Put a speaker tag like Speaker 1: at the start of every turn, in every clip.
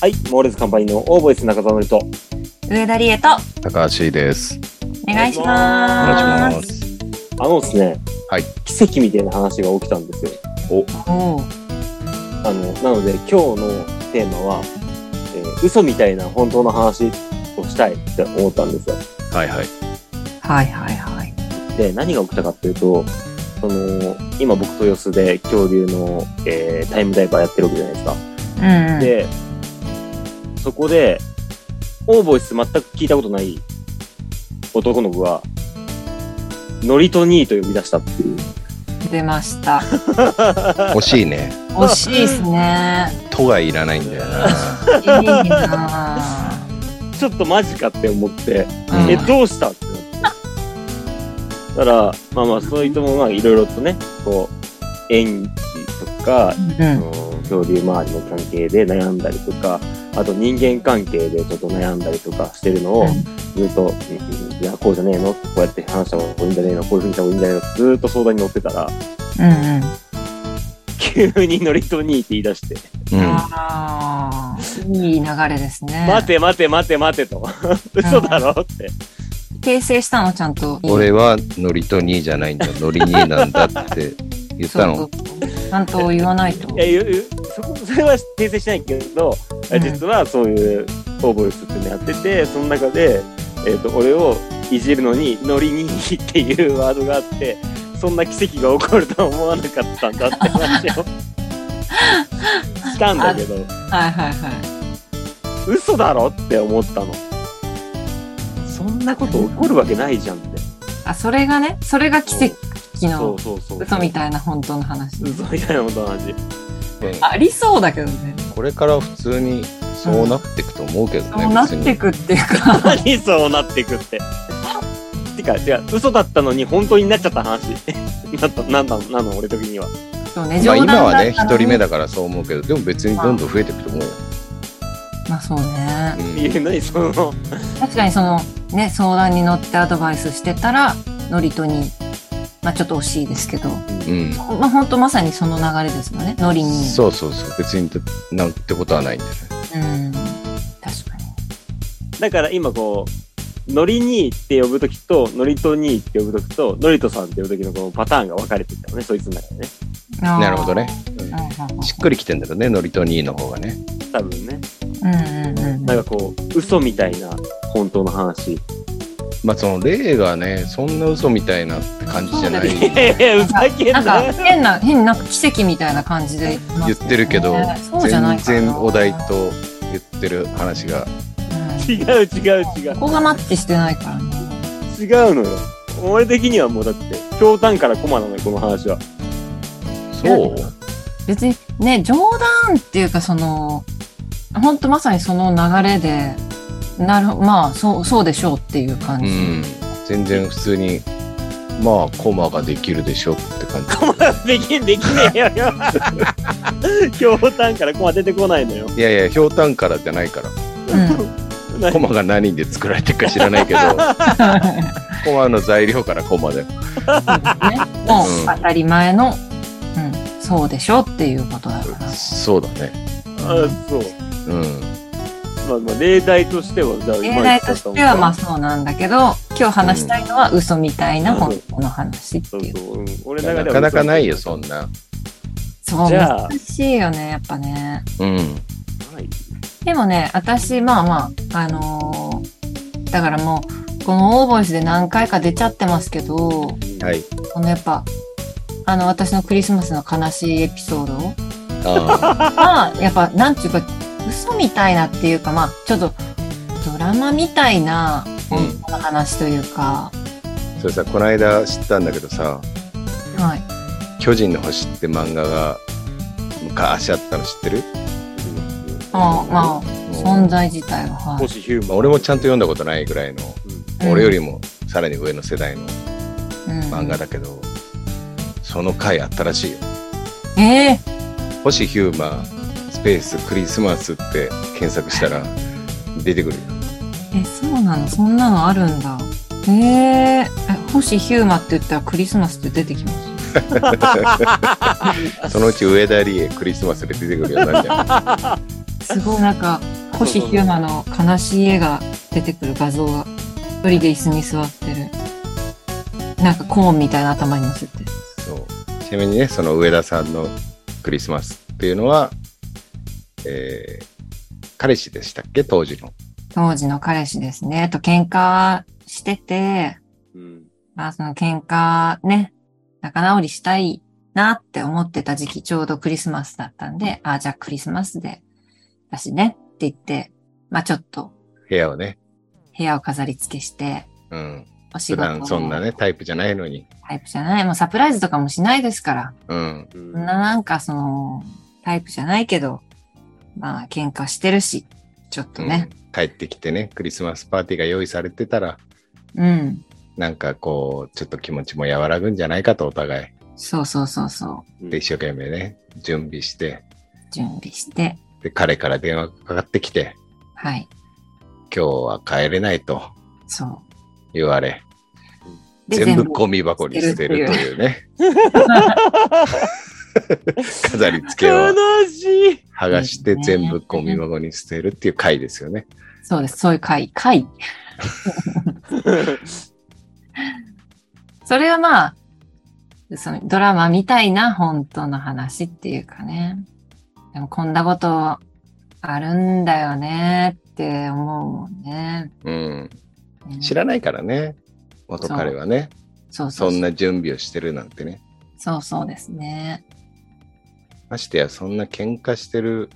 Speaker 1: はい、モーレズカンパニーのオーボイス中澤のりと。
Speaker 2: 上田理恵と
Speaker 3: 高橋です。
Speaker 2: お願いし
Speaker 3: お願い
Speaker 2: ま。
Speaker 3: しますす。
Speaker 1: あのですね、
Speaker 3: はい
Speaker 1: 奇跡みたいな話が起きたんですよ。
Speaker 2: おう
Speaker 1: あの、なので今日のテーマは、えー嘘みたいな本当の話をしたいって思ったんですよ。
Speaker 3: は いはい。
Speaker 2: はいはいはい。
Speaker 1: で、何が起きたかっていうと、その、今僕とよすで恐竜の、えータイムダイバーやってるわけじゃないですか。
Speaker 2: うんうん。
Speaker 1: で、そこで、オーボイス全く聞いたことない男の子が、ノリとニーと呼び出したっていう。
Speaker 2: 出ま した。
Speaker 3: 惜しいね。
Speaker 2: 惜しいです ね。
Speaker 3: とがいらないんだよな。
Speaker 2: いいなぁ。
Speaker 1: ちょっとマジかって思って、
Speaker 2: うん
Speaker 1: え、どうしたってなって。たら、まあまあ、そういうとも、まあ、いろいろとね、こう、演技とか、
Speaker 2: う
Speaker 1: あ
Speaker 2: ん。
Speaker 1: の恐竜周りの関係で悩んだりとか、あと人間関係でちょっと悩んだりとかしてるのを、ずっと、うんいや、こうじゃねえのこうやって話した方がいいんじゃねえのこういうふうにした方がいいんじゃねえのずーっと相談に乗ってたら、
Speaker 2: うんうん。
Speaker 1: 急にノリとニーって言い出して、
Speaker 3: うん。
Speaker 2: ああ、いい流れですね。
Speaker 1: 待て待て待て待てと、 嘘だろって。
Speaker 2: 訂正したのちゃんと。
Speaker 3: 俺はノリとニーじゃないんだよ。ノリニーなんだって言っ
Speaker 2: そ
Speaker 3: た
Speaker 2: うそ
Speaker 3: の
Speaker 2: う。ちゃんと言わないと。
Speaker 1: えゆゆそこそれは訂正しないけど、え
Speaker 2: うん
Speaker 1: 実はそういうオーボイスっていうのやっててその中で、えー、と俺をいじるのに「ノリに」っていうワードがあってそんな奇跡が起こるとは思わなかったんだって話をしたんだけど
Speaker 2: はいはいは
Speaker 1: 嘘だろって思ったのそんなこと起こるわけないじゃんって
Speaker 2: い。あ、それがね、それが奇跡
Speaker 1: そ
Speaker 2: の
Speaker 1: うそうそう
Speaker 2: 嘘みたいな本当の話。
Speaker 1: 嘘みたいなことの話
Speaker 2: ありそうだけどね。
Speaker 3: これから普通にそうなっていくと思うけど
Speaker 2: そ
Speaker 3: ね。
Speaker 2: うなっ
Speaker 3: 別に
Speaker 2: てくっていうか。
Speaker 1: 何そうなってくって。てか、違う、嘘だったのに本当になっちゃった話。 なった、なんだ、なの、俺的には。
Speaker 2: そうね、
Speaker 3: ま
Speaker 2: 冗
Speaker 3: あ
Speaker 2: 談
Speaker 3: 今は
Speaker 2: だ
Speaker 3: ね、
Speaker 2: った
Speaker 3: 一
Speaker 2: のに
Speaker 3: 人目だからそう思うけど、でも別にどんどん増えていくと 思うよ。
Speaker 2: まあそうね。
Speaker 3: う
Speaker 1: い
Speaker 3: ん
Speaker 1: うのに、その、
Speaker 2: 確かにその、ね、相談に乗ってアドバイスしてたら、ノリとに、まあちょっと惜しいですけど、
Speaker 3: うん。
Speaker 2: まあ本当まさにその流れですよね、ノリに。
Speaker 3: そうそうそう。別になんてことはないんだよね。
Speaker 2: うん。確かに。
Speaker 1: だから今こう、ノリにって呼ぶときと、ノリとにって呼ぶときと、ノリとさんって呼ぶときのこのパターンが分かれてたよね、そいつの中でね。
Speaker 2: あー
Speaker 3: なるほどね。。
Speaker 2: うんうんうん
Speaker 3: しっくりきてんだろうね、ノリとニーの方がね。
Speaker 1: 多分ね。
Speaker 2: うんうんうん。
Speaker 1: なんかこう、嘘みたいな本当の話。い
Speaker 3: まあその例がね、そんな嘘みたいなって感じじゃない。
Speaker 2: そうだ
Speaker 1: やいや、ふざけん
Speaker 2: なん
Speaker 1: な
Speaker 2: か。変な、変な、なんか奇跡みたいな感じで言,、
Speaker 3: 言ってるけど、
Speaker 2: そうじゃ ない
Speaker 3: 全
Speaker 2: かな
Speaker 3: 然お題と言ってる話が
Speaker 2: うん
Speaker 1: 違う違う違う
Speaker 2: こ。こがマッチしてないからね。
Speaker 1: 違うのよ。俺的にはもうだって、京端からコマなのよ、この話は。
Speaker 3: そう
Speaker 2: 別にね冗談っていうかそのほんとまさにその流れでなるまあそうそうでしょうっていう感
Speaker 3: う
Speaker 2: じ、
Speaker 3: ん全然普通にまあコマができるでしょって感じ
Speaker 1: できんできねえよよ。ひょうたんからコマ出てこないのよ。
Speaker 3: いやいやひょうたんからじゃないから
Speaker 2: うん
Speaker 3: コマが何で作られてるか知ら ないけどコマの材料からコマだよ
Speaker 2: ね、もう
Speaker 3: うん
Speaker 2: 当たり前の、うん、そうでしょうっていうことだから、
Speaker 3: そうだね
Speaker 1: あそう。
Speaker 3: うん
Speaker 1: まあまあ例題としてはじゃあ
Speaker 2: 例題としてはまあそうなんだけど今日話したいのは嘘みたいな本当の話って
Speaker 1: そう
Speaker 2: いう
Speaker 1: そう、うん、俺の中
Speaker 3: な
Speaker 1: では
Speaker 3: かなかないよそ
Speaker 1: うん
Speaker 3: な
Speaker 2: そう
Speaker 1: じゃあ
Speaker 2: 難しいよねやっぱね
Speaker 3: うん
Speaker 1: ない。
Speaker 2: でもね、私、まあまあ、あのーだからもう、このオーボイスで何回か出ちゃってますけど、こ
Speaker 3: はい
Speaker 2: のやっぱ、あの、私のクリスマスの悲しいエピソード
Speaker 3: あ
Speaker 2: は、やっぱ、なんていうか、嘘みたいなっていうか、まあ、ちょっと、ドラマみたいな、
Speaker 3: うん
Speaker 2: 本当の話というか、
Speaker 3: ーそれさこの間知ったんだけどさ
Speaker 2: はい。
Speaker 3: 「巨人の星」って漫画が昔あったの知ってる
Speaker 2: まあ、まあ、
Speaker 3: うん
Speaker 2: 存在自体は、はい。
Speaker 1: 星ヒュー
Speaker 3: ま
Speaker 1: マ
Speaker 3: あ
Speaker 1: ン。
Speaker 3: 俺もち ゃんと読んだことないぐらいの、
Speaker 2: うん
Speaker 3: 俺よりもさらに上の世代の
Speaker 2: うん
Speaker 3: 漫画だけど、その回あったらしいよ
Speaker 2: ええ
Speaker 3: 星ヒューマースペースクリスマスって検索したら出てくるよ
Speaker 2: え、そうなのそんなのあるんだ。えええ、星ヒューマって言ったらクリスマスって出てきます。
Speaker 3: そのうち上田理恵クリスマスで出てくるようになるじゃん
Speaker 2: すごいなんか、星飛雄馬の悲しい絵が出てくる画像が、一人で椅子に座ってる。なんかコーンみたいな頭に乗せて。
Speaker 3: そうちなみにねその上田さんのクリスマスっていうのは、えー彼氏でしたっけ当時の
Speaker 2: 当時の彼氏ですね、と喧嘩してて、
Speaker 1: うん。
Speaker 2: まあその喧嘩ね、仲直りしたいなって思ってた時期ちょうどクリスマスだったんで、ああ、じゃあクリスマスで、だしねって言って、まあちょっと
Speaker 3: 部屋をね、
Speaker 2: 部屋を飾り付けして、
Speaker 3: うん、
Speaker 2: お仕
Speaker 3: 普
Speaker 2: 事
Speaker 3: 段
Speaker 2: を
Speaker 3: そんなねタイプじゃないのに、
Speaker 2: タイプじゃない、もうサプライズとかもしないですから、
Speaker 3: うん、
Speaker 1: うん
Speaker 2: そんななんかそのタイプじゃないけど、まあ喧嘩してるし、ちょっとね、
Speaker 3: うん帰ってきてねクリスマスパーティーが用意されてたら
Speaker 2: うん、
Speaker 3: なんかこうちょっと気持ちも和らぐんじゃないかとお互い
Speaker 2: そうそうそうそ
Speaker 3: で一生懸命ね準備して
Speaker 2: う、準備して、
Speaker 3: で彼から電話かかってきて
Speaker 2: はい、
Speaker 3: 今日は帰れないと
Speaker 2: そう。
Speaker 3: 言われ
Speaker 2: で
Speaker 3: 全部ゴミ箱に捨てるというね飾り付けを
Speaker 1: 悲しい。
Speaker 3: 剥がして全部ゴミ箱に捨てるっていう回ですよね
Speaker 2: そうです、そういう回、回。それはまあ、そのドラマみたいな本当の話っていうかね。でもこんなことあるんだよねって思うもんね。
Speaker 3: うん
Speaker 2: ね
Speaker 3: 知らないからね元彼はね
Speaker 2: そうそ。
Speaker 3: そうんな準備をしてるなんてね
Speaker 2: そうそうですね。
Speaker 3: ましてやそんな喧嘩してる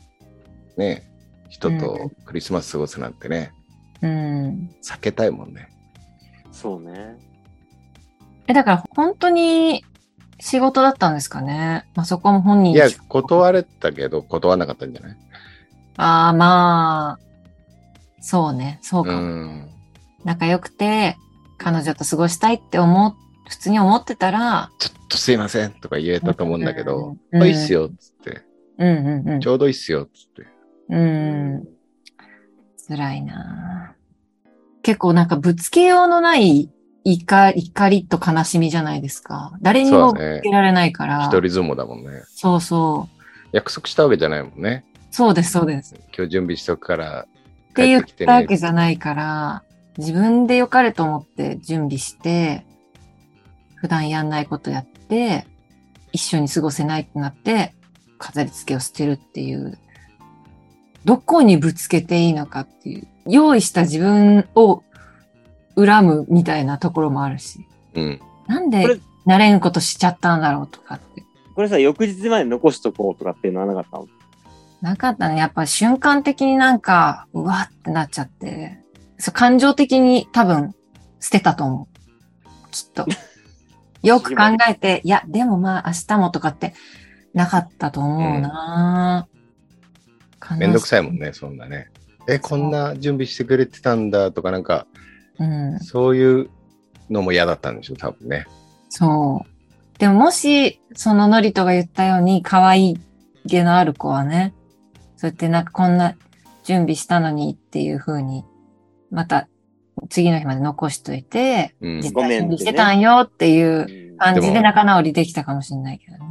Speaker 3: ね人とクリスマス過ごすなんてね、
Speaker 2: うん。
Speaker 3: 避けたいもんね
Speaker 1: そうね。
Speaker 2: え、だから本当に仕事だったんですかね。まあそこも本人
Speaker 3: い
Speaker 2: に
Speaker 3: や断れたけど断らなかったんじゃない
Speaker 2: ああ、まあ、そうね、そう
Speaker 3: う
Speaker 2: かも。
Speaker 3: ん
Speaker 2: 仲良くて彼女と過ごしたいって思う普通に思ってたら
Speaker 3: ちょっとすいませんとか言えたと思うんだけど、
Speaker 2: うん
Speaker 3: あいいっすよっつって
Speaker 2: うんうんうん
Speaker 3: ちょうどいいっすよっつって
Speaker 2: うん辛いなぁ結構なんかぶつけようのない怒り怒りと悲しみじゃないですか誰に
Speaker 3: そ
Speaker 2: も
Speaker 3: う
Speaker 2: ぶ
Speaker 3: だね
Speaker 2: つけられないから
Speaker 3: 一人相撲だもんね
Speaker 2: そうそう
Speaker 3: 約束したわけじゃないもんね
Speaker 2: そうですそうですっ
Speaker 3: 今日準備しとくから帰
Speaker 2: て言
Speaker 3: っ
Speaker 2: って
Speaker 3: きて
Speaker 2: たわ
Speaker 3: ね
Speaker 2: けじゃないから自分で良かれと思って準備して普段やんないことやって一緒に過ごせないってなって飾り付けを捨てるっていうどこにぶつけていいのかっていう用意した自分を恨むみたいなところもあるし
Speaker 3: うん
Speaker 2: なん
Speaker 1: これ
Speaker 2: で慣れんことしちゃったんだろうとかって
Speaker 1: これさ、翌日まで残しとこうとかっていうのはなかったの
Speaker 2: なかったねやっぱ瞬間的になんかうわってなっちゃってそう感情的に多分捨てたと思うきっ とよく考えていやでもまあ明日もとかってなかったと思うな、うん、
Speaker 3: めんどくさいもん
Speaker 2: ね
Speaker 3: ねそんなねえこんな準備してくれてたんだとかなんか
Speaker 2: うん
Speaker 3: そういうのも嫌だったんでしょ多分ね
Speaker 2: そう。でももし、そのノリトが言ったように、可愛げのある子はね、そうやってなんかこんな準備したのにっていう風に、また次の日まで残しといて、
Speaker 3: うん
Speaker 2: 実
Speaker 1: ご
Speaker 2: は
Speaker 1: め
Speaker 2: 準
Speaker 1: んってね
Speaker 2: 備してたんよっていう感じ
Speaker 3: で
Speaker 2: で
Speaker 3: も
Speaker 2: 仲直りできたかもしれないけどね。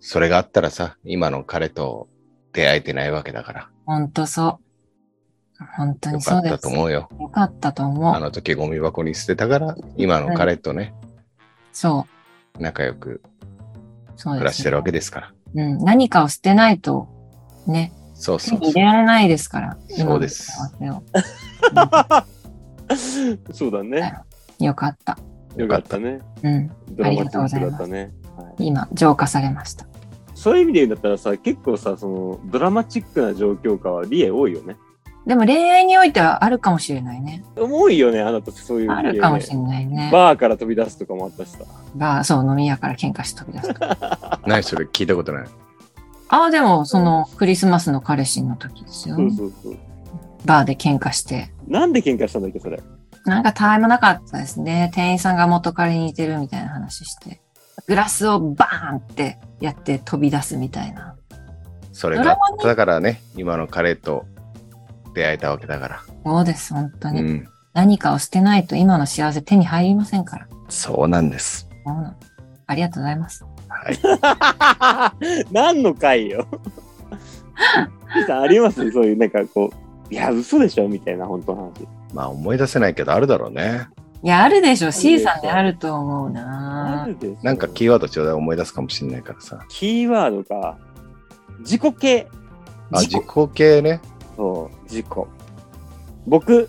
Speaker 3: それがあったらさ今の彼と出会えてないわけだから
Speaker 2: ほんとそう。本当
Speaker 3: よ
Speaker 2: に
Speaker 3: か
Speaker 2: そう
Speaker 3: っ
Speaker 2: です。
Speaker 3: たと思うよ
Speaker 2: よかったと
Speaker 3: あ
Speaker 2: 思う。
Speaker 3: の時ゴミ箱に捨てたから今の彼とね
Speaker 2: そう。
Speaker 3: 仲良く
Speaker 2: そうです、
Speaker 3: 暮らしてるわけですから
Speaker 2: うん。何かを捨てないと、ね、
Speaker 3: そう
Speaker 2: 手
Speaker 3: そう
Speaker 2: に入
Speaker 3: そ
Speaker 2: れ
Speaker 3: う
Speaker 2: られないですから。
Speaker 3: そうです
Speaker 2: 今の幸せを。うん
Speaker 1: うんそうだね。
Speaker 2: よかった。
Speaker 1: よかったね。
Speaker 2: うん。
Speaker 1: ドラマチックだったね。はい
Speaker 2: 今、浄化されました。
Speaker 1: そういう意味で言うんだったらさ、結構さ、そのドラマチックな状況下はリエ多いよね。
Speaker 2: でも恋愛においてはあるかもしれないね。
Speaker 1: 多いよね、あなたそういう
Speaker 2: あ
Speaker 1: 系
Speaker 2: る
Speaker 1: ね
Speaker 2: かもしれないね。
Speaker 1: バーから飛び出すとかもあったしさ。
Speaker 2: バー、そう、飲み屋から喧嘩して飛び出すとか。
Speaker 3: 何それ聞いたことない
Speaker 2: ああ、でも、その、クリスマスの彼氏の時ですよ
Speaker 1: そう
Speaker 2: ね。
Speaker 1: そうそう。
Speaker 2: バーで喧嘩して。
Speaker 1: なんで喧嘩したんだっけ、それ。
Speaker 2: なんかタイムなかったですね。店員さんが元彼に似てるみたいな話して。グラスをバーンってやって飛び出すみたいな。
Speaker 3: それがあったからね今の彼と出会えたわけだか
Speaker 2: そうです、本当
Speaker 3: ら
Speaker 2: に。
Speaker 3: うん
Speaker 2: 何かを捨てないと今の幸せ手に入りませんから。
Speaker 3: そうなんです
Speaker 2: そうなのありがとうございます。
Speaker 3: はい
Speaker 1: 何の回よ。さんありますそういう、なんかこう、いや、嘘でしょみたいな、本当の話。
Speaker 3: まあ思い出せないけどあるだろうね。
Speaker 2: いや、あるでしょ。C さんで
Speaker 1: そう
Speaker 2: あると思うな。
Speaker 3: なんかキーワードちょうだい思い出すかもしれないからさ。
Speaker 1: キーワードか、自己系。
Speaker 3: あ、
Speaker 2: 自己
Speaker 3: 自己系ね。
Speaker 1: そう、自己。僕、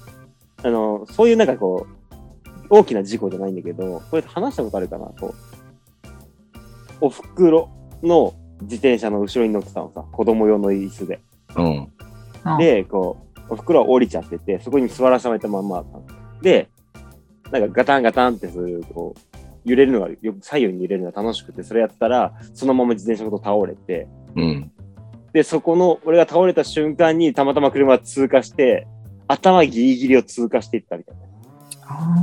Speaker 1: あの、そういうなんかこう、大きな事故じゃないんだけど、これ話したことあるかな、こう。お袋の自転車の後ろに乗ってたのさ、子供用の椅子で。
Speaker 3: うん。
Speaker 2: うん
Speaker 1: で、こう、お袋は降りちゃってて、そこに座らされたまんまだったので、なんかガタンガタンってする、こう、揺れるのが、よく左右に揺れるのが楽しくて、それやってたら、そのまま自転車ごと倒れて、
Speaker 3: うん。
Speaker 1: で、そこの、俺が倒れた瞬間に、たまたま車が通過して、頭ギリギリを通過していったみたいな。
Speaker 2: あ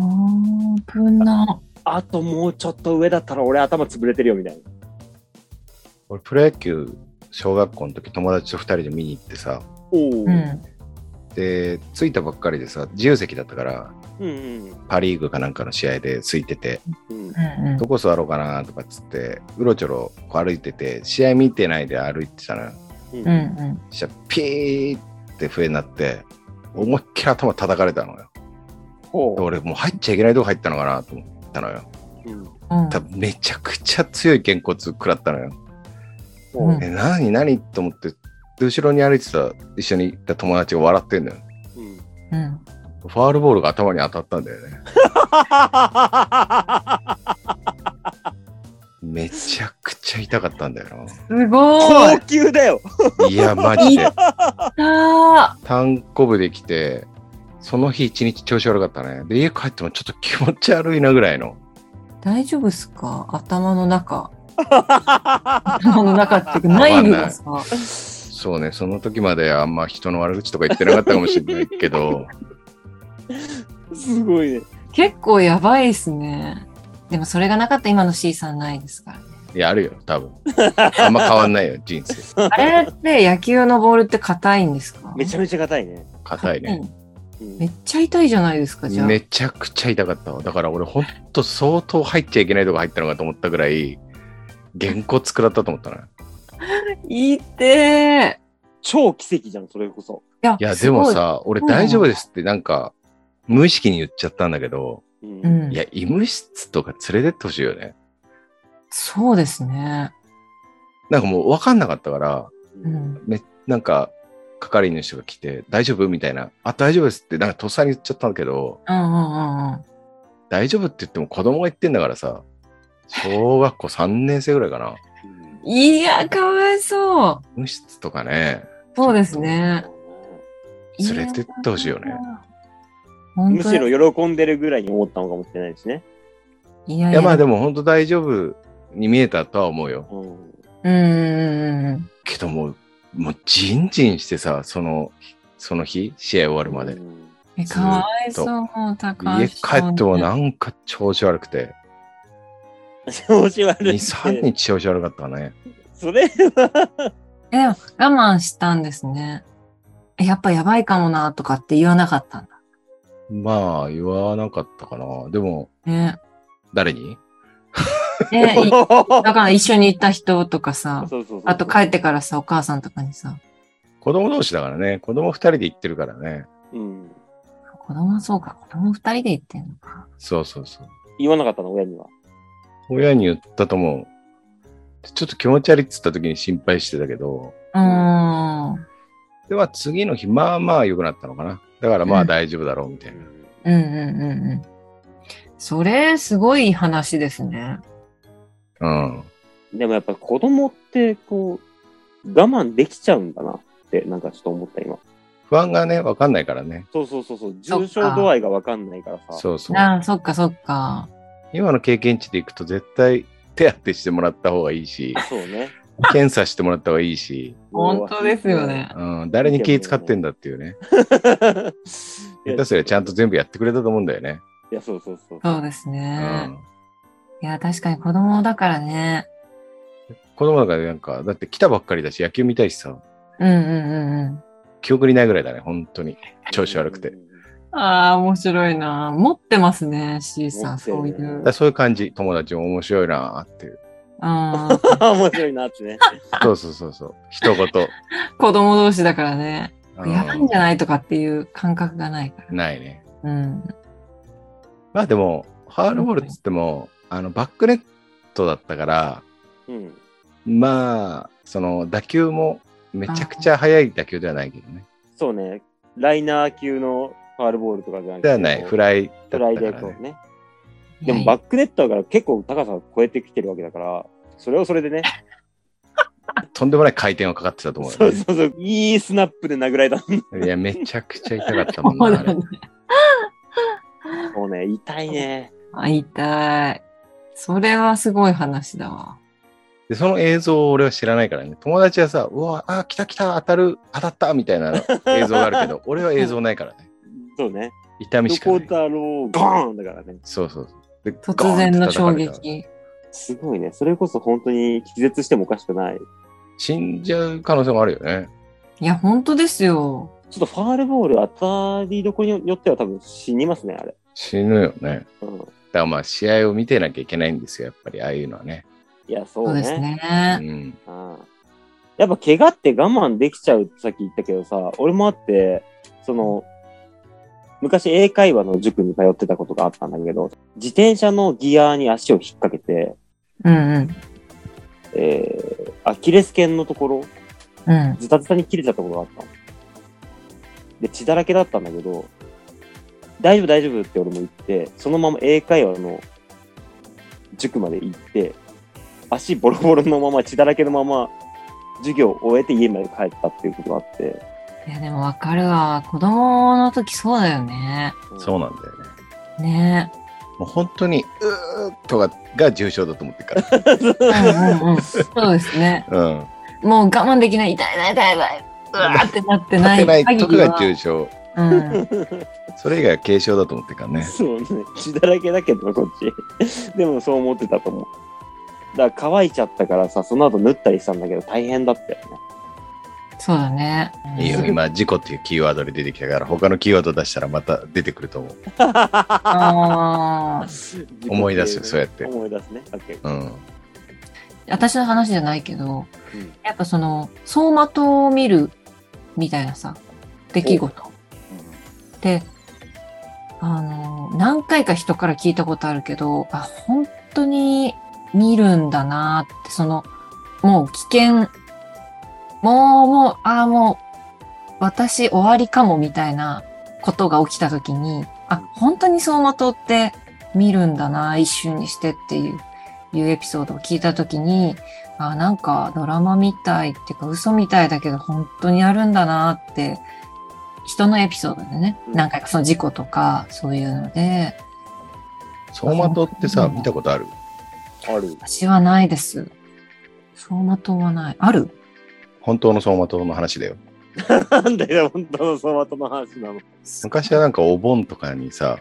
Speaker 2: ー危な。
Speaker 1: あともうちょっと上だったら俺頭潰れてるよみたいな。
Speaker 3: 俺プロ野球小学校の時友達と2人で見に行ってさ。
Speaker 1: おお。う
Speaker 2: うんん。
Speaker 3: で、着いたばっかりでさ、自由席だったから、
Speaker 1: うん
Speaker 3: パ・リーグかなんかの試合で空いてて、
Speaker 1: うん。
Speaker 2: うんうん
Speaker 3: どこ座ろうかなとかっつって、うろちょろこう歩いてて、試合見てないで歩いてたのよ。
Speaker 1: う。
Speaker 2: うんん
Speaker 3: そしたらピーって笛になって、思いっきり頭叩かれたのよ。
Speaker 1: ほ
Speaker 3: で俺もう入っちゃいけないとこ入ったのかなと思ったのよ。
Speaker 1: う。うん。
Speaker 2: うん。
Speaker 3: 多分めちゃくちゃ強い肩骨食らったのよ。
Speaker 1: ほう
Speaker 2: うん
Speaker 3: え、何何と思って、で後ろに歩いてた、一緒に行った友達が笑ってんのよ。
Speaker 1: うん。
Speaker 2: うん。
Speaker 3: ファールボールが頭に当たったんだよね。めちゃくちゃ痛かったんだよ
Speaker 2: すごい
Speaker 1: 高。級だよ。
Speaker 3: な。いや、マジで。
Speaker 2: あ
Speaker 3: タンコブできて、その日一日調子悪かったね。で、家帰ってもちょっと気持ち悪いなぐらいの。
Speaker 2: ー大丈夫っすか頭の中。頭の中 っていうか内部がさ。
Speaker 3: そうね、その時まであんま人の悪口とか言ってなかったかもしれないけど、
Speaker 1: すごいね。
Speaker 2: 結構やばいっすね。でもそれがなかった今の C さんないです からね。
Speaker 3: いや、あるよ、多分。あんま変わんないよ、人生。
Speaker 2: あれって野球のボールって硬いんですか
Speaker 1: めちゃめちゃ硬いね。
Speaker 3: 硬いね。
Speaker 1: うん
Speaker 2: めっちゃ痛いじゃないですか、じゃあ。
Speaker 3: めちゃくちゃ痛かったわ。だから俺、ほんと相当入っちゃいけないとこ入ったのかと思ったぐらい、げんこつくらったと思ったな。
Speaker 2: いて
Speaker 1: 超奇跡じゃん、それこそ。
Speaker 2: ー。い
Speaker 3: いや、でも、さ、俺
Speaker 2: うん
Speaker 3: 大丈夫ですって、なんか、無意識に言っちゃったんだけど、
Speaker 1: う
Speaker 2: すごいうん、
Speaker 3: いや、医務室とか連れてってほしいよね。
Speaker 2: そうですね。
Speaker 3: なんかもう分かんなかったから、
Speaker 1: う
Speaker 2: う
Speaker 1: ん
Speaker 2: ん。
Speaker 3: めなんか、係員の人が来て、大丈夫みたいな、あ、大丈夫ですって、なんかとっさに言っちゃったんだけど、
Speaker 2: うんうんうんうん。
Speaker 3: 大丈夫って言っても子供が言ってんだからさ、小学校3年生ぐらいかな。
Speaker 2: いや、かわいそう。
Speaker 3: 無室とかね、
Speaker 2: そうですね。
Speaker 3: 連れてってほしいよね
Speaker 2: いや。本
Speaker 1: む
Speaker 2: 当
Speaker 1: し
Speaker 2: に。
Speaker 1: ろ喜んでるぐらいに思ったのかもしれないですね。
Speaker 2: いや
Speaker 3: い
Speaker 2: いや、
Speaker 3: やまあで
Speaker 2: も。
Speaker 3: も本当大丈夫に見えたとは思うよ。
Speaker 1: うん。
Speaker 2: うんうんうん。
Speaker 3: けどもう、もうジンジンしてさ、その、その日、試合終わるまで
Speaker 1: う。ん
Speaker 2: え
Speaker 3: ずーっと
Speaker 2: かわいそう、高
Speaker 3: 家
Speaker 2: 橋
Speaker 3: 帰
Speaker 2: さん
Speaker 3: ってもなんか調子悪くて、
Speaker 1: 調子悪
Speaker 3: 2、
Speaker 1: いって。
Speaker 3: 3日調子悪かったね。
Speaker 1: それは、
Speaker 2: え、でも我慢したんですね。えやっぱやばいかもな、とかって言わなかったんだ。
Speaker 3: まあ、言わなかったかな。でも、
Speaker 2: ね。
Speaker 3: 誰に
Speaker 2: ね いだから一緒に行った人とかさ、
Speaker 1: そうそうそう
Speaker 2: あと帰ってからさ、お母さんとかにさ、
Speaker 3: 子供同士だからね。子供2人で行ってるからね。
Speaker 1: うん。
Speaker 2: 子供そうか、子供二人で行ってんのか。
Speaker 3: そうそうそう。
Speaker 1: 言わなかったの、親には。
Speaker 3: 親に言ったと思う。ちょっと気持ち悪いっつった時に心配してたけど、
Speaker 2: うーん。
Speaker 3: では次の日、まあまあ良くなったのかな。だからま
Speaker 2: う
Speaker 3: あ
Speaker 2: ん
Speaker 3: 大丈夫だろうみたいな。
Speaker 2: うんうんうんうん。それ、すごい話ですね。
Speaker 3: うん。
Speaker 1: でもやっぱ子供って、こう、我慢できちゃうんだなって、なんかちょっと思った今。
Speaker 3: 不安がね、わかんないからね。
Speaker 1: そうそうそうそう、
Speaker 2: そっ
Speaker 1: 重
Speaker 2: か
Speaker 1: 症度合いがわかんないからさ。
Speaker 3: そうそう。
Speaker 2: ああ、そっかそっか。
Speaker 3: 今の経験値でいくと絶対手当てしてもらった方がいい し、
Speaker 1: そうね。
Speaker 3: 検査してもらった方がいいし、
Speaker 2: 本当です よね。
Speaker 3: うん、誰に気使ってんだっていうね。下手すりゃちゃんと全部やってくれたと思うんだよね。
Speaker 1: いや、そうそうそう。
Speaker 2: そうです
Speaker 3: う
Speaker 2: ね。
Speaker 3: ん。
Speaker 2: いや、確かに子供だからね。
Speaker 3: 子供だからなんか、だって来たばっかりだし、野球見たいしさ、
Speaker 2: うんうんうんうん。
Speaker 3: 記憶にないぐらいだね、本当に。調子悪くて。だか
Speaker 2: ああ、面白いな。持ってますね、C さん、
Speaker 1: 持
Speaker 2: そ
Speaker 1: っ
Speaker 2: うい
Speaker 1: てるね
Speaker 2: う
Speaker 3: ら。そういう感じ、友達も面白いなーっていう。
Speaker 2: うん。
Speaker 1: 面白いなってね。
Speaker 3: そうそうそうそう。一言。
Speaker 2: 子供同士だからね。
Speaker 3: うん
Speaker 2: やばいんじゃないとかっていう感覚がないから。
Speaker 3: ないね。
Speaker 2: うん。
Speaker 3: まあでも、ハードボールっつっても、あの、バックネットだったから、
Speaker 1: うん。
Speaker 3: まあ、その、打球もめちゃくちゃ速い打球ではないけどね。
Speaker 1: そうね。ライナー級のファールボールとかじゃなく
Speaker 3: で
Speaker 1: て。
Speaker 3: はない、
Speaker 1: こう
Speaker 3: フライだった
Speaker 1: フ
Speaker 3: か
Speaker 1: ライ
Speaker 3: ら、
Speaker 1: でこう
Speaker 3: ね。
Speaker 1: ね。でもバ
Speaker 2: ッ
Speaker 1: ックネットだから結構高さを超えてきてるわけだから、それをそれでね、
Speaker 3: とんでもない回転はかかってたと思う
Speaker 1: そう
Speaker 3: よね、
Speaker 1: そうそう、いいスナップで殴られた。
Speaker 3: いや、めちゃくちゃ痛かっ
Speaker 2: ク
Speaker 3: たもんな、あれ。
Speaker 1: もうね、痛いね。
Speaker 2: あ、痛い。それはすごい話だわ。
Speaker 3: で、その映像を俺は知らないからね。友達はさ、うわ、あ、来た来た、当たる、当たった、みたいな映像があるけ ど、俺は映像ないからね。
Speaker 1: そうね。
Speaker 3: 痛み
Speaker 1: ど
Speaker 3: しかな
Speaker 1: こ
Speaker 3: い。
Speaker 1: だろう、ゴーンだからね。
Speaker 3: そうそうそう。で
Speaker 2: 突然の衝。
Speaker 3: ガーンって叩かれた
Speaker 2: 撃。
Speaker 1: すごいね。それこそ本当に気絶してもおかしくない。
Speaker 3: 死んじゃう可能性もあるよね。
Speaker 2: いや、本当ですよ。
Speaker 1: ちょっとファールボール当たりどころによっては多分死にますね、あれ。
Speaker 3: 死ぬよね。
Speaker 1: うん。
Speaker 3: だからまあ、試合を見てなきゃいけないんですよ、やっぱり、ああいうのはね。
Speaker 1: いや、そ
Speaker 2: そうう
Speaker 1: ね。
Speaker 2: です
Speaker 3: う
Speaker 2: ね。
Speaker 3: ん。
Speaker 1: うん。やっぱ怪我って我慢できちゃうってさっき言ったけどさ、俺もあって、その、昔英会話の塾に通ってたことがあったんだけど、自転車のギアに足を引っ掛けて、
Speaker 2: うんうん。
Speaker 1: えー、アキレス腱のところ、
Speaker 2: うん。
Speaker 1: ズタズタに切れちゃったことがあったの。で、血だらけだったんだけど、大丈夫大丈夫って俺も言って、そのまま英会話の塾まで行って、足ボロボロのまま血だらけのまま授業を終えて家まで帰ったっていうことがあって。
Speaker 2: いや、でもわかるわ。子供の時そうだよね。
Speaker 3: そう
Speaker 1: な
Speaker 3: なんだよね。
Speaker 2: ね
Speaker 3: もう本当に、うーっとかが重症だと思ってるか
Speaker 2: うんうんう ん。そうですね。
Speaker 3: ら。うん。
Speaker 2: もう我慢できない。痛い痛い痛い痛い。うわーってなってな
Speaker 3: 立て
Speaker 2: い。
Speaker 3: ないとかが
Speaker 2: 限
Speaker 3: 重症。
Speaker 2: りはうん。
Speaker 3: それ以外は軽症だと思ってるからね。
Speaker 1: そうね。血だらけだけど、こっち。でもそう思ってたと思う。だから乾いちゃったからさ、その後縫ったりしたんだけど大変だったよね。
Speaker 2: そうだね。
Speaker 3: いいよ、今、事故っていうキーワードで出てきたから、他のキーワード出したらまた出てくると思う。
Speaker 2: あー
Speaker 3: 思い出すよそうやって
Speaker 1: 思い出すね。オッケー
Speaker 3: うん。
Speaker 2: 私の話じゃないけど、
Speaker 1: うん
Speaker 2: やっぱその走馬灯を見るみたいなさ出来事ってあの何回か人から聞いたことあるけどあ本当に見るんだなってそのもう危険もうもうああもう私終わりかもみたいなことが起きた時にあ本当に走馬灯って見るんだな一瞬にしてっていういうエピソードを聞いた時にあなんかドラマみたいっていうか嘘みたいだけど本当にあるんだなって人のエピソードでね、
Speaker 1: うん
Speaker 2: なんかその事故とかそういうので
Speaker 3: 走馬灯ってさ、
Speaker 2: うん
Speaker 3: 見たことある
Speaker 1: ある。
Speaker 2: 私はないです走馬灯はないある
Speaker 3: 本当の走馬灯の話だよ。
Speaker 1: なんだよ、本当の相馬との話なの。
Speaker 3: 昔はなんかお盆とかにさ、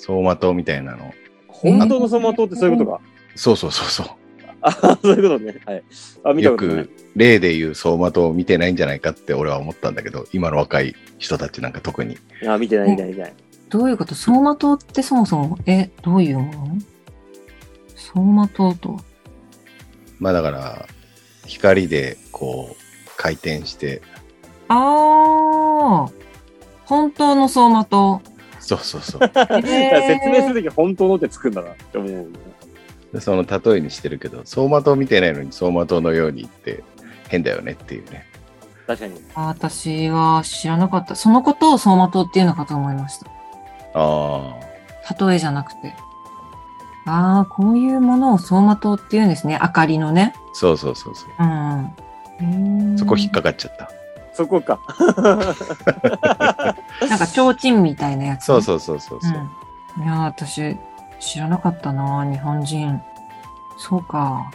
Speaker 3: 走馬灯みたいなの。
Speaker 1: 本当の相馬灯ってそういうことか。
Speaker 3: そうそうそうそう。
Speaker 1: あ、そういうことね。はい。あ、見た
Speaker 3: よ
Speaker 1: ことない
Speaker 3: く。例で言う走馬灯を見てないんじゃないかって俺は思ったんだけど今の若い人たちなんか特に
Speaker 1: あ、見てない、見てない、見てない。
Speaker 2: どういうこと走馬灯ってそもそも、え、どういうもの走馬灯とは。
Speaker 3: まあだから光でこう回転して
Speaker 2: ああ、本当の走 馬灯。
Speaker 3: そうそうそう
Speaker 2: へー
Speaker 1: だから説明するとき本当のってつくんだなって思うよね。
Speaker 3: で その例えにしてるけど走馬灯見てないのに走馬灯のように言って変だよねっていうね
Speaker 1: 確かに。
Speaker 2: あ私は知らなかった。そのことを走馬灯っていうのかと思いました。
Speaker 3: あ
Speaker 2: 例えじゃなくて。ああ、こういうものを走馬灯っていうんですね。明かりのね
Speaker 3: あ。そうそうそうそう
Speaker 2: うんうん。
Speaker 3: そこ引っ
Speaker 2: か
Speaker 3: かかっちゃった、
Speaker 1: そこか。
Speaker 2: なんか提灯みたいなやつ、
Speaker 3: そうそうそうそうそう、
Speaker 2: うん、いやー私知らなかったな日本人そうか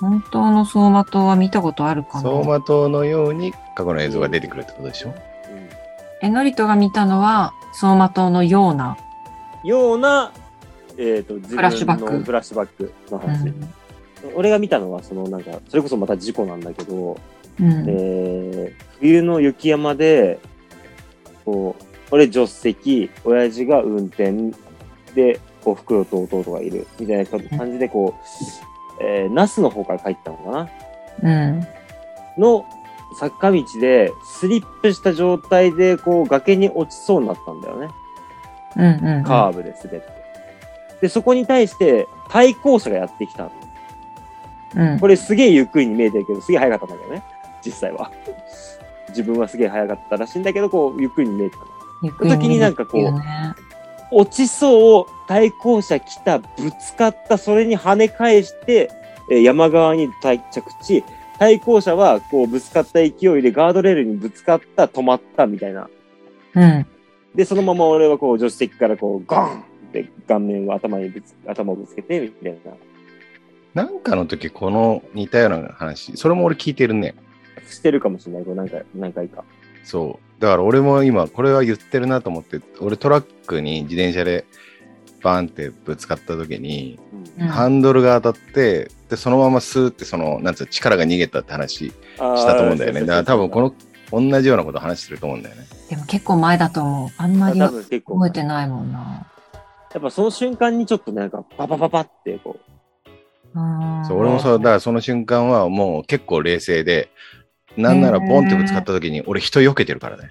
Speaker 2: 本当の走馬灯は見たことあるか
Speaker 3: 走
Speaker 2: な
Speaker 3: 馬灯のように過去の映像が出てくるってことでしょ
Speaker 1: う
Speaker 2: えのりとが見たのは走馬灯のような、
Speaker 1: んような、えっ、と、自分の
Speaker 2: フラッシュバック
Speaker 1: フラッシュバックの
Speaker 2: う
Speaker 1: 話。
Speaker 2: ん
Speaker 1: 俺が見たのは、そのなんか、それこそまた事故なんだけど、
Speaker 2: うん
Speaker 1: えー冬の雪山で、こう、俺助手席、親父が運転で、こう、袋と弟がいる、みたいな感じで、こう、えー那須の方から帰ったのかな
Speaker 2: うん。
Speaker 1: の坂道でスリップした状態でこう崖に落ちそうになったんだよね。
Speaker 2: うんうん。
Speaker 1: カーブで滑って。で、そこに対して対向車がやってきたの。
Speaker 2: うん。
Speaker 1: これすげえゆっくりに見えてるけど、すげえ速かったんだけどね。実際は。自分はすげえ速かったらしいんだけど、こうゆっくりに見えてたの。
Speaker 2: ゆっくり見るっていね
Speaker 1: 落ちそうを対向車来た、ぶつかった、それに跳ね返して、えー山側に対着地、対向車はこうぶつかった勢いでガードレールにぶつかった、止まったみたいな。
Speaker 2: うん。
Speaker 1: で、そのまま俺はこう助手席からこうゴンって顔面を頭にぶつ、頭をぶつけてみたいな。
Speaker 3: なんかの時、この似たような話、それも俺聞いてるね。
Speaker 1: してるかもしれない、これ何回、何回か。
Speaker 3: そう。だから俺も今、これは言ってるなと思って、俺トラックに自転車でバーンってぶつかった時に、
Speaker 2: うん
Speaker 3: ハンドルが当たって、で、そのままスーって、その、なんつうの、力が逃げたって話したと思うんだよね。だから多分こ
Speaker 1: の、
Speaker 3: の、同じようなこと話してると思うんだよね。
Speaker 2: でも結構前だと思う。あんまり
Speaker 1: 多
Speaker 2: 覚
Speaker 1: 分結構、
Speaker 2: えてないもんな。
Speaker 1: やっぱその瞬間にちょっとなんか、パパパパってこう、
Speaker 2: うん。
Speaker 3: そう俺もそう、だからその瞬間はもう結構冷静で、なんならボンってぶつかった時に俺人避けてるから ね。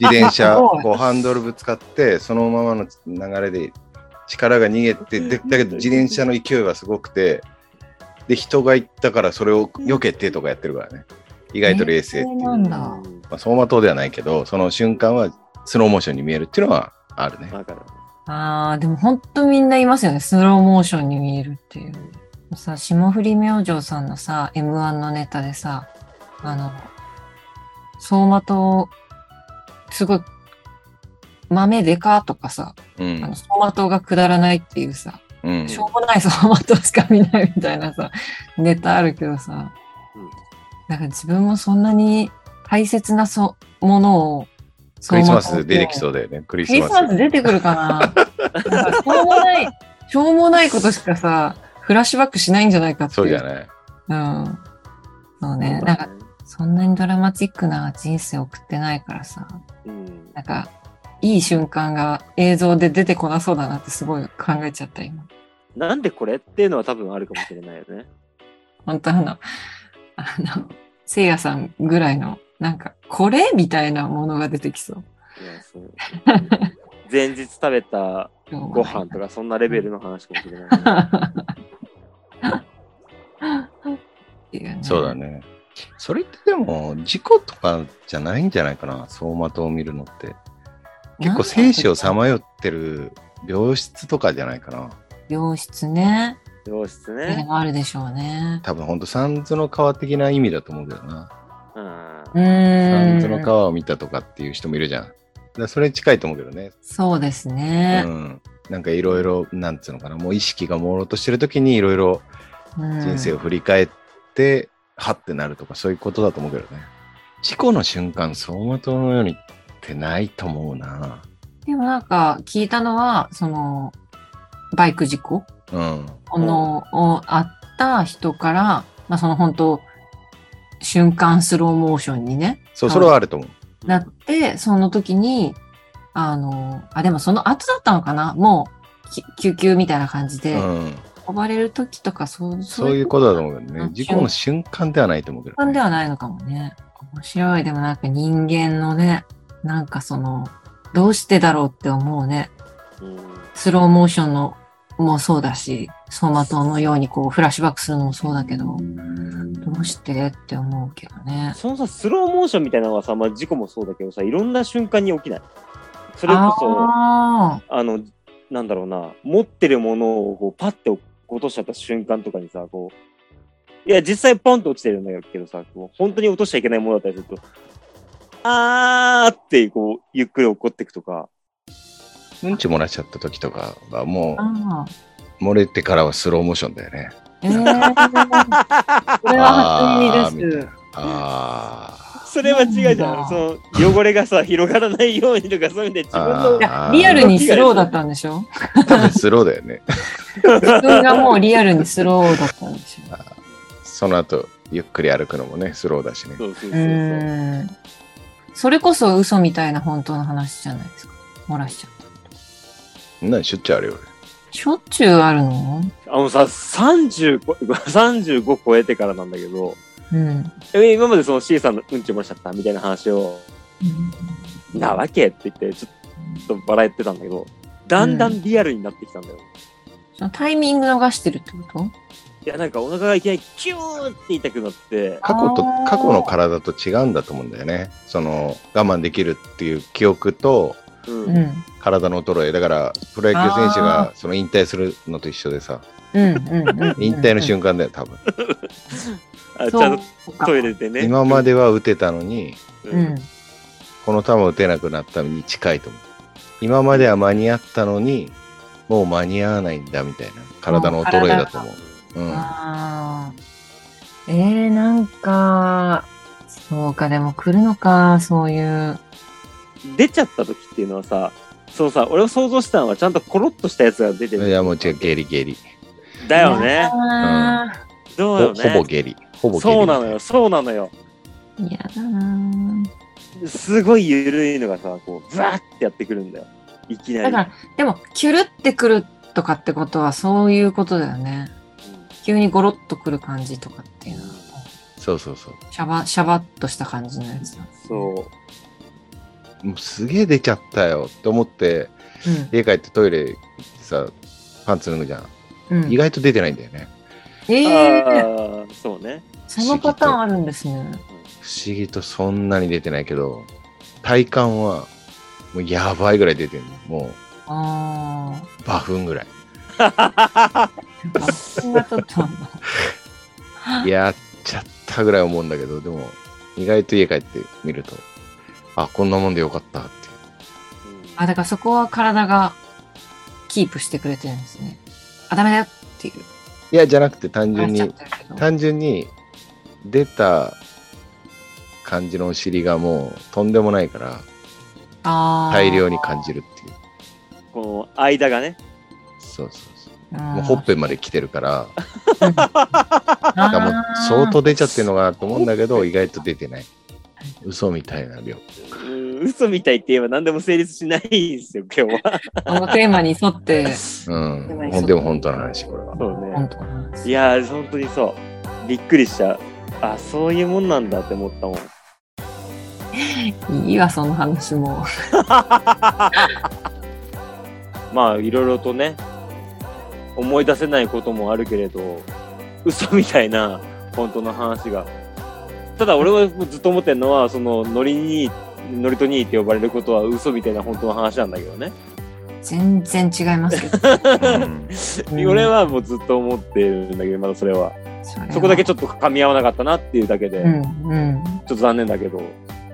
Speaker 3: 自転車、
Speaker 2: すごい
Speaker 3: こうハンドルぶつかって、そのままの流れで力が逃げて、でだけど自転車の勢いがすごくて、で、人が行ったからそれを避けてとかやってるからね。意外と冷静っていう。
Speaker 2: 冷静な
Speaker 3: ま
Speaker 2: んだ
Speaker 3: あ、走馬灯ではないけど、その瞬間はスローモーションに見えるっていうのはあるね。
Speaker 1: だから、
Speaker 2: ああ、でも本当みんな言いますよね。スローモーションに見えるっていう。さ、霜降り明星さんのさ、M1 のネタでさ、あの、走馬灯、すごい、豆でかとかさ、
Speaker 3: う
Speaker 2: あの
Speaker 3: ん。
Speaker 2: 走馬灯がくだらないっていうさ、
Speaker 3: うん。
Speaker 2: しょうもない走馬灯しか見ないみたいなさ、ネタあるけどさ
Speaker 1: うん、
Speaker 2: なんか自分もそんなに大切なそものを、
Speaker 3: クリスマスで出て
Speaker 2: そう
Speaker 3: きそうだよね。クリ
Speaker 2: ク
Speaker 3: ス
Speaker 2: リ
Speaker 3: マ
Speaker 2: ス
Speaker 3: ス。
Speaker 2: マス出てくるかななんかしょうもない、しょうもないことしかさ、フラッシュバックしないんじゃないかってい
Speaker 3: そうじゃない。
Speaker 2: うん。そうね。なんか、そんなにドラマチックな人生送ってないからさ、
Speaker 1: うん、
Speaker 2: なんか、いい瞬間が映像で出てこなそうだなってすごい考えちゃった、今。
Speaker 1: なんでこれっていうのは多分あるかもしれないよね。
Speaker 2: 本当あの、あの、せいやさんぐらいの、なんか、これみたいなものが出てきそう。
Speaker 1: いやそう前日食べたご飯とかそんなレベルの話かもしれない、ね。
Speaker 2: っていうね
Speaker 3: そうだね。それってでも、事故とかじゃないんじゃないかな、走馬灯を見るのって。結構生死をさまよってる病室とかじゃないかな。
Speaker 2: 病室ね。
Speaker 1: 病室
Speaker 2: それ
Speaker 1: ね。
Speaker 2: があるでしょうね。
Speaker 3: 多分ほんと、三途の川的な意味だと思うけどな。
Speaker 1: うん。
Speaker 2: う
Speaker 3: 三途の
Speaker 2: ーん。
Speaker 3: 川を見たとかっていう人もいるじゃん。だからそれに近いと思うけどね。
Speaker 2: そうです
Speaker 3: う
Speaker 2: ね。
Speaker 3: ん。なんかいろいろ、なんつうのかな、もう意識が朦朧としてる時にいろいろ
Speaker 2: うん
Speaker 3: 人生を振り返って、はってなるとかそういうことだと思うけどね。事故の瞬間、走馬灯のようにってないと思うな。
Speaker 2: でもなんか聞いたのは、その、バイク事故
Speaker 3: うん。
Speaker 2: の、をあった人から、まあその本当、瞬間スローモーションにね、
Speaker 3: そう、それはあると思う。
Speaker 2: なって、その時に、あの、あ、でもその後だったのかなもう、き救急みたいな感じで、
Speaker 3: うん、
Speaker 2: 呼ばれる時とか、そう、
Speaker 3: そういうことだと
Speaker 2: 思う。
Speaker 3: 思うけど
Speaker 2: う
Speaker 3: ね。
Speaker 2: ん
Speaker 3: 事故の瞬間ではないと思うけど、
Speaker 2: 感で
Speaker 3: ね。
Speaker 2: はないのかもね。面白い。でもなんか人間のね、なんかその、どうしてだろうって思うね。
Speaker 1: うん
Speaker 2: スローモーションのもそうだし、走馬灯のようにこうフラッシュバックするのもそうだけど、どうしてって思うけどね。
Speaker 1: そのさ、スローモーションみたいなのはさ、まあ、事故もそうだけどさ、いろんな瞬間に起きない。それこそ、あ
Speaker 2: あ
Speaker 1: の、なんだろうな、持ってるものをこうパッて落としちゃった瞬間とかにさ、こう、いや、実際ポンと落ちてるんだけどさ、こう本当に落としちゃいけないものだったりすると、あーって、こう、ゆっくり怒っていくとか、
Speaker 3: うんち漏らしちゃった時とかは
Speaker 2: ー
Speaker 3: も
Speaker 2: あ
Speaker 3: う、漏れてからはスローモーションだよね。
Speaker 2: ー。えー、これは初耳
Speaker 3: みた
Speaker 2: で
Speaker 3: い
Speaker 2: す
Speaker 3: な。。あ
Speaker 1: それは違うじゃん。
Speaker 2: なんだ
Speaker 1: その汚れがさ、広がらないようにとか、そういうんで自分
Speaker 2: い
Speaker 1: の。
Speaker 2: や、リアルにスローだったんでしょ
Speaker 3: あ。多分スローだよね。
Speaker 2: 自分がもうリアルにスローだったんでしょ
Speaker 3: その後、ゆっくり歩くのもね、スローだしね。
Speaker 1: そうそうそう
Speaker 2: う
Speaker 1: そう。
Speaker 2: ーんそれこそ嘘みたいな本当の話じゃないですか。漏らしちゃっ
Speaker 3: そんなに出張あるよ。
Speaker 2: しょっちゅうあるの
Speaker 1: あのさ、30こ、35超えてからなんだけど、
Speaker 2: うん。
Speaker 1: え今までその C さんのうんち漏らしちゃったみたいな話を、なわけって言って、ちょっと笑ってたんだけど、だんだんリアルになってきたんだよ。
Speaker 2: そのタイミング逃してるってこと
Speaker 1: いや、なんかお腹がいきなりキューンって痛くなって、
Speaker 3: 過去と
Speaker 2: あー
Speaker 3: 過去の体と違うんだと思うんだよねその我慢できるっていう記憶と
Speaker 1: うん
Speaker 2: うん。うん
Speaker 3: 体の衰えだからプロ野球選手がその引退するのと一緒でさ
Speaker 2: うんうん。
Speaker 3: 引退の瞬間だよ多分
Speaker 1: あち
Speaker 2: そ
Speaker 1: ゃ
Speaker 2: うん
Speaker 1: とトイレでね。
Speaker 3: 今までは打てたのに
Speaker 1: う
Speaker 2: うん
Speaker 1: ん。。
Speaker 3: この球を打てなくなったのに近いと思う今までは間に合ったのにもう間に合わないんだみたいな体の衰えだと思う、うん、
Speaker 2: ああ。えー、なんか、そうか、でも来るのか、そういう。
Speaker 1: 出ちゃった時っていうのはさ、そのさ、俺を想像したのはちゃんとコロッとしたやつが出て
Speaker 3: い
Speaker 1: る。
Speaker 3: やもう違うゲリゲリ
Speaker 1: だよね。
Speaker 2: あ
Speaker 1: どう
Speaker 3: ほ
Speaker 1: よね。
Speaker 3: ほぼゲリほぼゲリ
Speaker 1: そうなのよ、そうなのよ。
Speaker 2: ー嫌だなー
Speaker 1: すごい緩いのがさ、こう、ブワーってやってくるんだよ。いきな
Speaker 2: だ
Speaker 1: り。
Speaker 2: から、でも、キュルってくるとかってことは、そういうことだよね。
Speaker 1: うん
Speaker 2: 急にゴロッとくる感じとかっていうのは、
Speaker 3: そうそうそう
Speaker 2: シャバ、シャバッとした感じのやつだ。
Speaker 1: そ
Speaker 3: もうすげえ出ちゃったよって思って
Speaker 2: うん
Speaker 3: 家帰ってトイレ行ってさパンツ脱ぐじゃん、
Speaker 2: うん。
Speaker 3: 意外と出てないんだよね
Speaker 1: う。
Speaker 2: ええー、
Speaker 1: ああ、そう ね。
Speaker 2: そのパターンあるんですね。
Speaker 3: 不思議とそんなに出てないけど体感はもうやばいぐらい出てるのも
Speaker 2: あ
Speaker 3: うバフンぐらい
Speaker 2: あ。私がちょっと、
Speaker 3: やっちゃったぐらい思うんだけどでも意外と家帰ってみるとあこんなもんでよかったって
Speaker 2: あ、だからそこは体がキープしてくれてるんですね。あ、ダメだよっていう。
Speaker 3: いやじゃなくて単純
Speaker 2: 話しちゃっ
Speaker 3: に
Speaker 2: てるけど。
Speaker 3: 単純に出た感じのお尻がもうとんでもないから
Speaker 2: あー
Speaker 3: 大量に感じるっていう
Speaker 1: この間がね。
Speaker 3: そうそうそう
Speaker 2: うん
Speaker 3: もうほっぺまで来てるから
Speaker 2: うん
Speaker 3: なんかもう相当出ちゃってるのかなと思うんだけ
Speaker 1: あ
Speaker 3: ど
Speaker 1: ー
Speaker 3: 意外と出てない嘘みたいな量
Speaker 1: うん、嘘みたいって言えば何でも成立しないんですよ、今日 は。
Speaker 2: このテーマに沿って、
Speaker 3: うんほんでも本当の話これは
Speaker 1: そうね。
Speaker 2: 本当なんです
Speaker 1: いやー、本当にそう。びっくりした。あ、そういうもんなんだって思ったもん。
Speaker 2: いいわ、その話も。
Speaker 1: まあ、いろいろとね、思い出せないこともあるけれど、嘘みたいな本当の話が。ただ、俺はずっと思ってるのは、その、ノリに、ノリとニーって呼ばれることは嘘みたいな本当の話なんだけどね。
Speaker 2: 全然違いますけど。
Speaker 3: うん
Speaker 2: うん
Speaker 1: 俺はもうずっと思ってるんだけど、まだそれは。そこだけちょ
Speaker 2: っ
Speaker 1: っと噛み合わなかったなっていうだけで、
Speaker 2: う
Speaker 1: ち
Speaker 2: ん、
Speaker 1: ょっと残念だけど。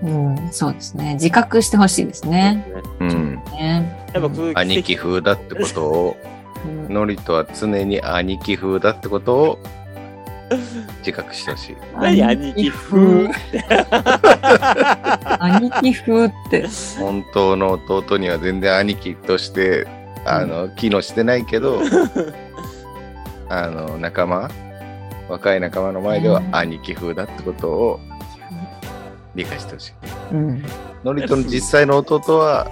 Speaker 2: うん、うん、そうですね。自覚してほしいですね。
Speaker 3: うん
Speaker 2: ね
Speaker 1: やっぱそういう
Speaker 3: 兄貴風だってことを
Speaker 2: うん
Speaker 3: ノリとは常に兄貴風だってことを自覚してほしい
Speaker 1: 何兄貴風
Speaker 2: 兄貴風って。
Speaker 3: 本当の弟には全然兄貴としてあの機能してないけどあの仲間若い仲間の前では
Speaker 2: うん
Speaker 3: 兄貴風だってことを理解してほしい。
Speaker 2: うん。
Speaker 3: ノリとの実際の 弟は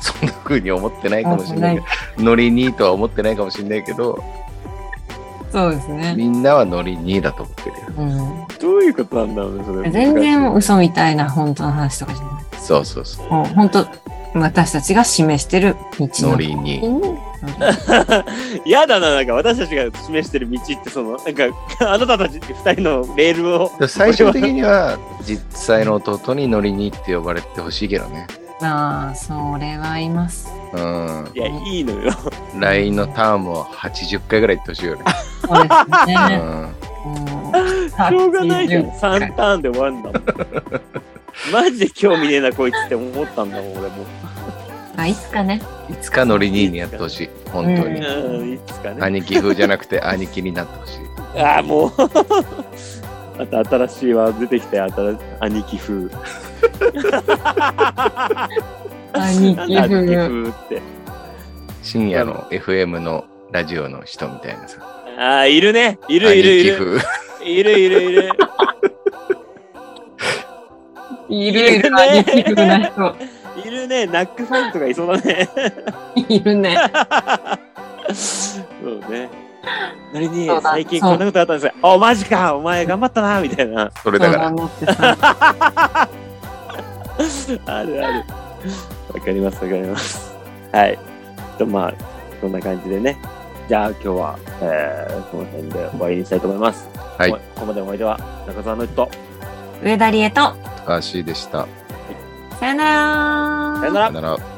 Speaker 3: そんな風に思ってないかもしれないけ
Speaker 2: あ
Speaker 3: どノリ兄とは思ってないかもしれないけど
Speaker 2: そうですね。
Speaker 3: みんなはノリ兄だと思ってるよ。
Speaker 2: うん。
Speaker 1: どういうことなんだろうね、それ。
Speaker 2: 全然
Speaker 1: 難しい
Speaker 2: 嘘みたいな本当の話とかじゃない。
Speaker 3: そうそうそう。
Speaker 2: もう本当、私たちが示してる道の
Speaker 3: ノリ兄。
Speaker 1: やだな、なんか私たちが示してる道って、その、なんか、 あなたたち二人のレールを。
Speaker 3: 最終的には実際の弟にノリ兄って呼ばれてほしいけどね。
Speaker 2: まあ、それは います。
Speaker 3: うん。
Speaker 1: いや、いいのよ。
Speaker 3: LINE のターンも80回ぐらい言ってほしいよね。
Speaker 2: そうです
Speaker 3: う
Speaker 2: ね。
Speaker 3: ん、
Speaker 2: うん
Speaker 1: しょうがないじゃん。
Speaker 2: 80
Speaker 1: 3ターンで終わるんだもん。マジで興味ねえな、こいつって思ったんだもん、俺も。
Speaker 2: まあ、いつかね。
Speaker 3: いつかノリ兄にやってほしい。本当に。
Speaker 1: うん、いつかね。
Speaker 3: 兄貴風じゃなくて兄貴になってほしい。
Speaker 1: ああ、もう。 あと、新しいは出てきたよ、新しい兄貴風。
Speaker 2: 兄貴
Speaker 1: 兄貴
Speaker 2: 風。
Speaker 1: 風って。
Speaker 3: 深夜の FM のラジオの人みたいなさ。
Speaker 1: ああ、いるね。いるいるい
Speaker 3: 兄貴
Speaker 1: る。
Speaker 3: 風。
Speaker 1: いるいるいる。
Speaker 2: いるいる、兄貴風な人。
Speaker 1: いるね。ナックファンとかいそうだね。
Speaker 2: いるね。
Speaker 1: そうね。なりに
Speaker 2: そうだ
Speaker 1: 最近こんなことあったんですよ。おマジかお前頑張ったなみたいな。
Speaker 3: それだか
Speaker 2: そう
Speaker 3: ら
Speaker 2: 思ってさ、
Speaker 1: あるある。わかります、わかります。はい。と、まあ、そんな感じでね。じゃあ、今日は、えー、この辺で終わりにしたいと思います。
Speaker 3: はい
Speaker 1: ここまでのお相手は、中澤の人。
Speaker 2: 上田理恵と、
Speaker 3: 高橋でした
Speaker 2: さよなら
Speaker 1: さよなら
Speaker 3: さよ。なら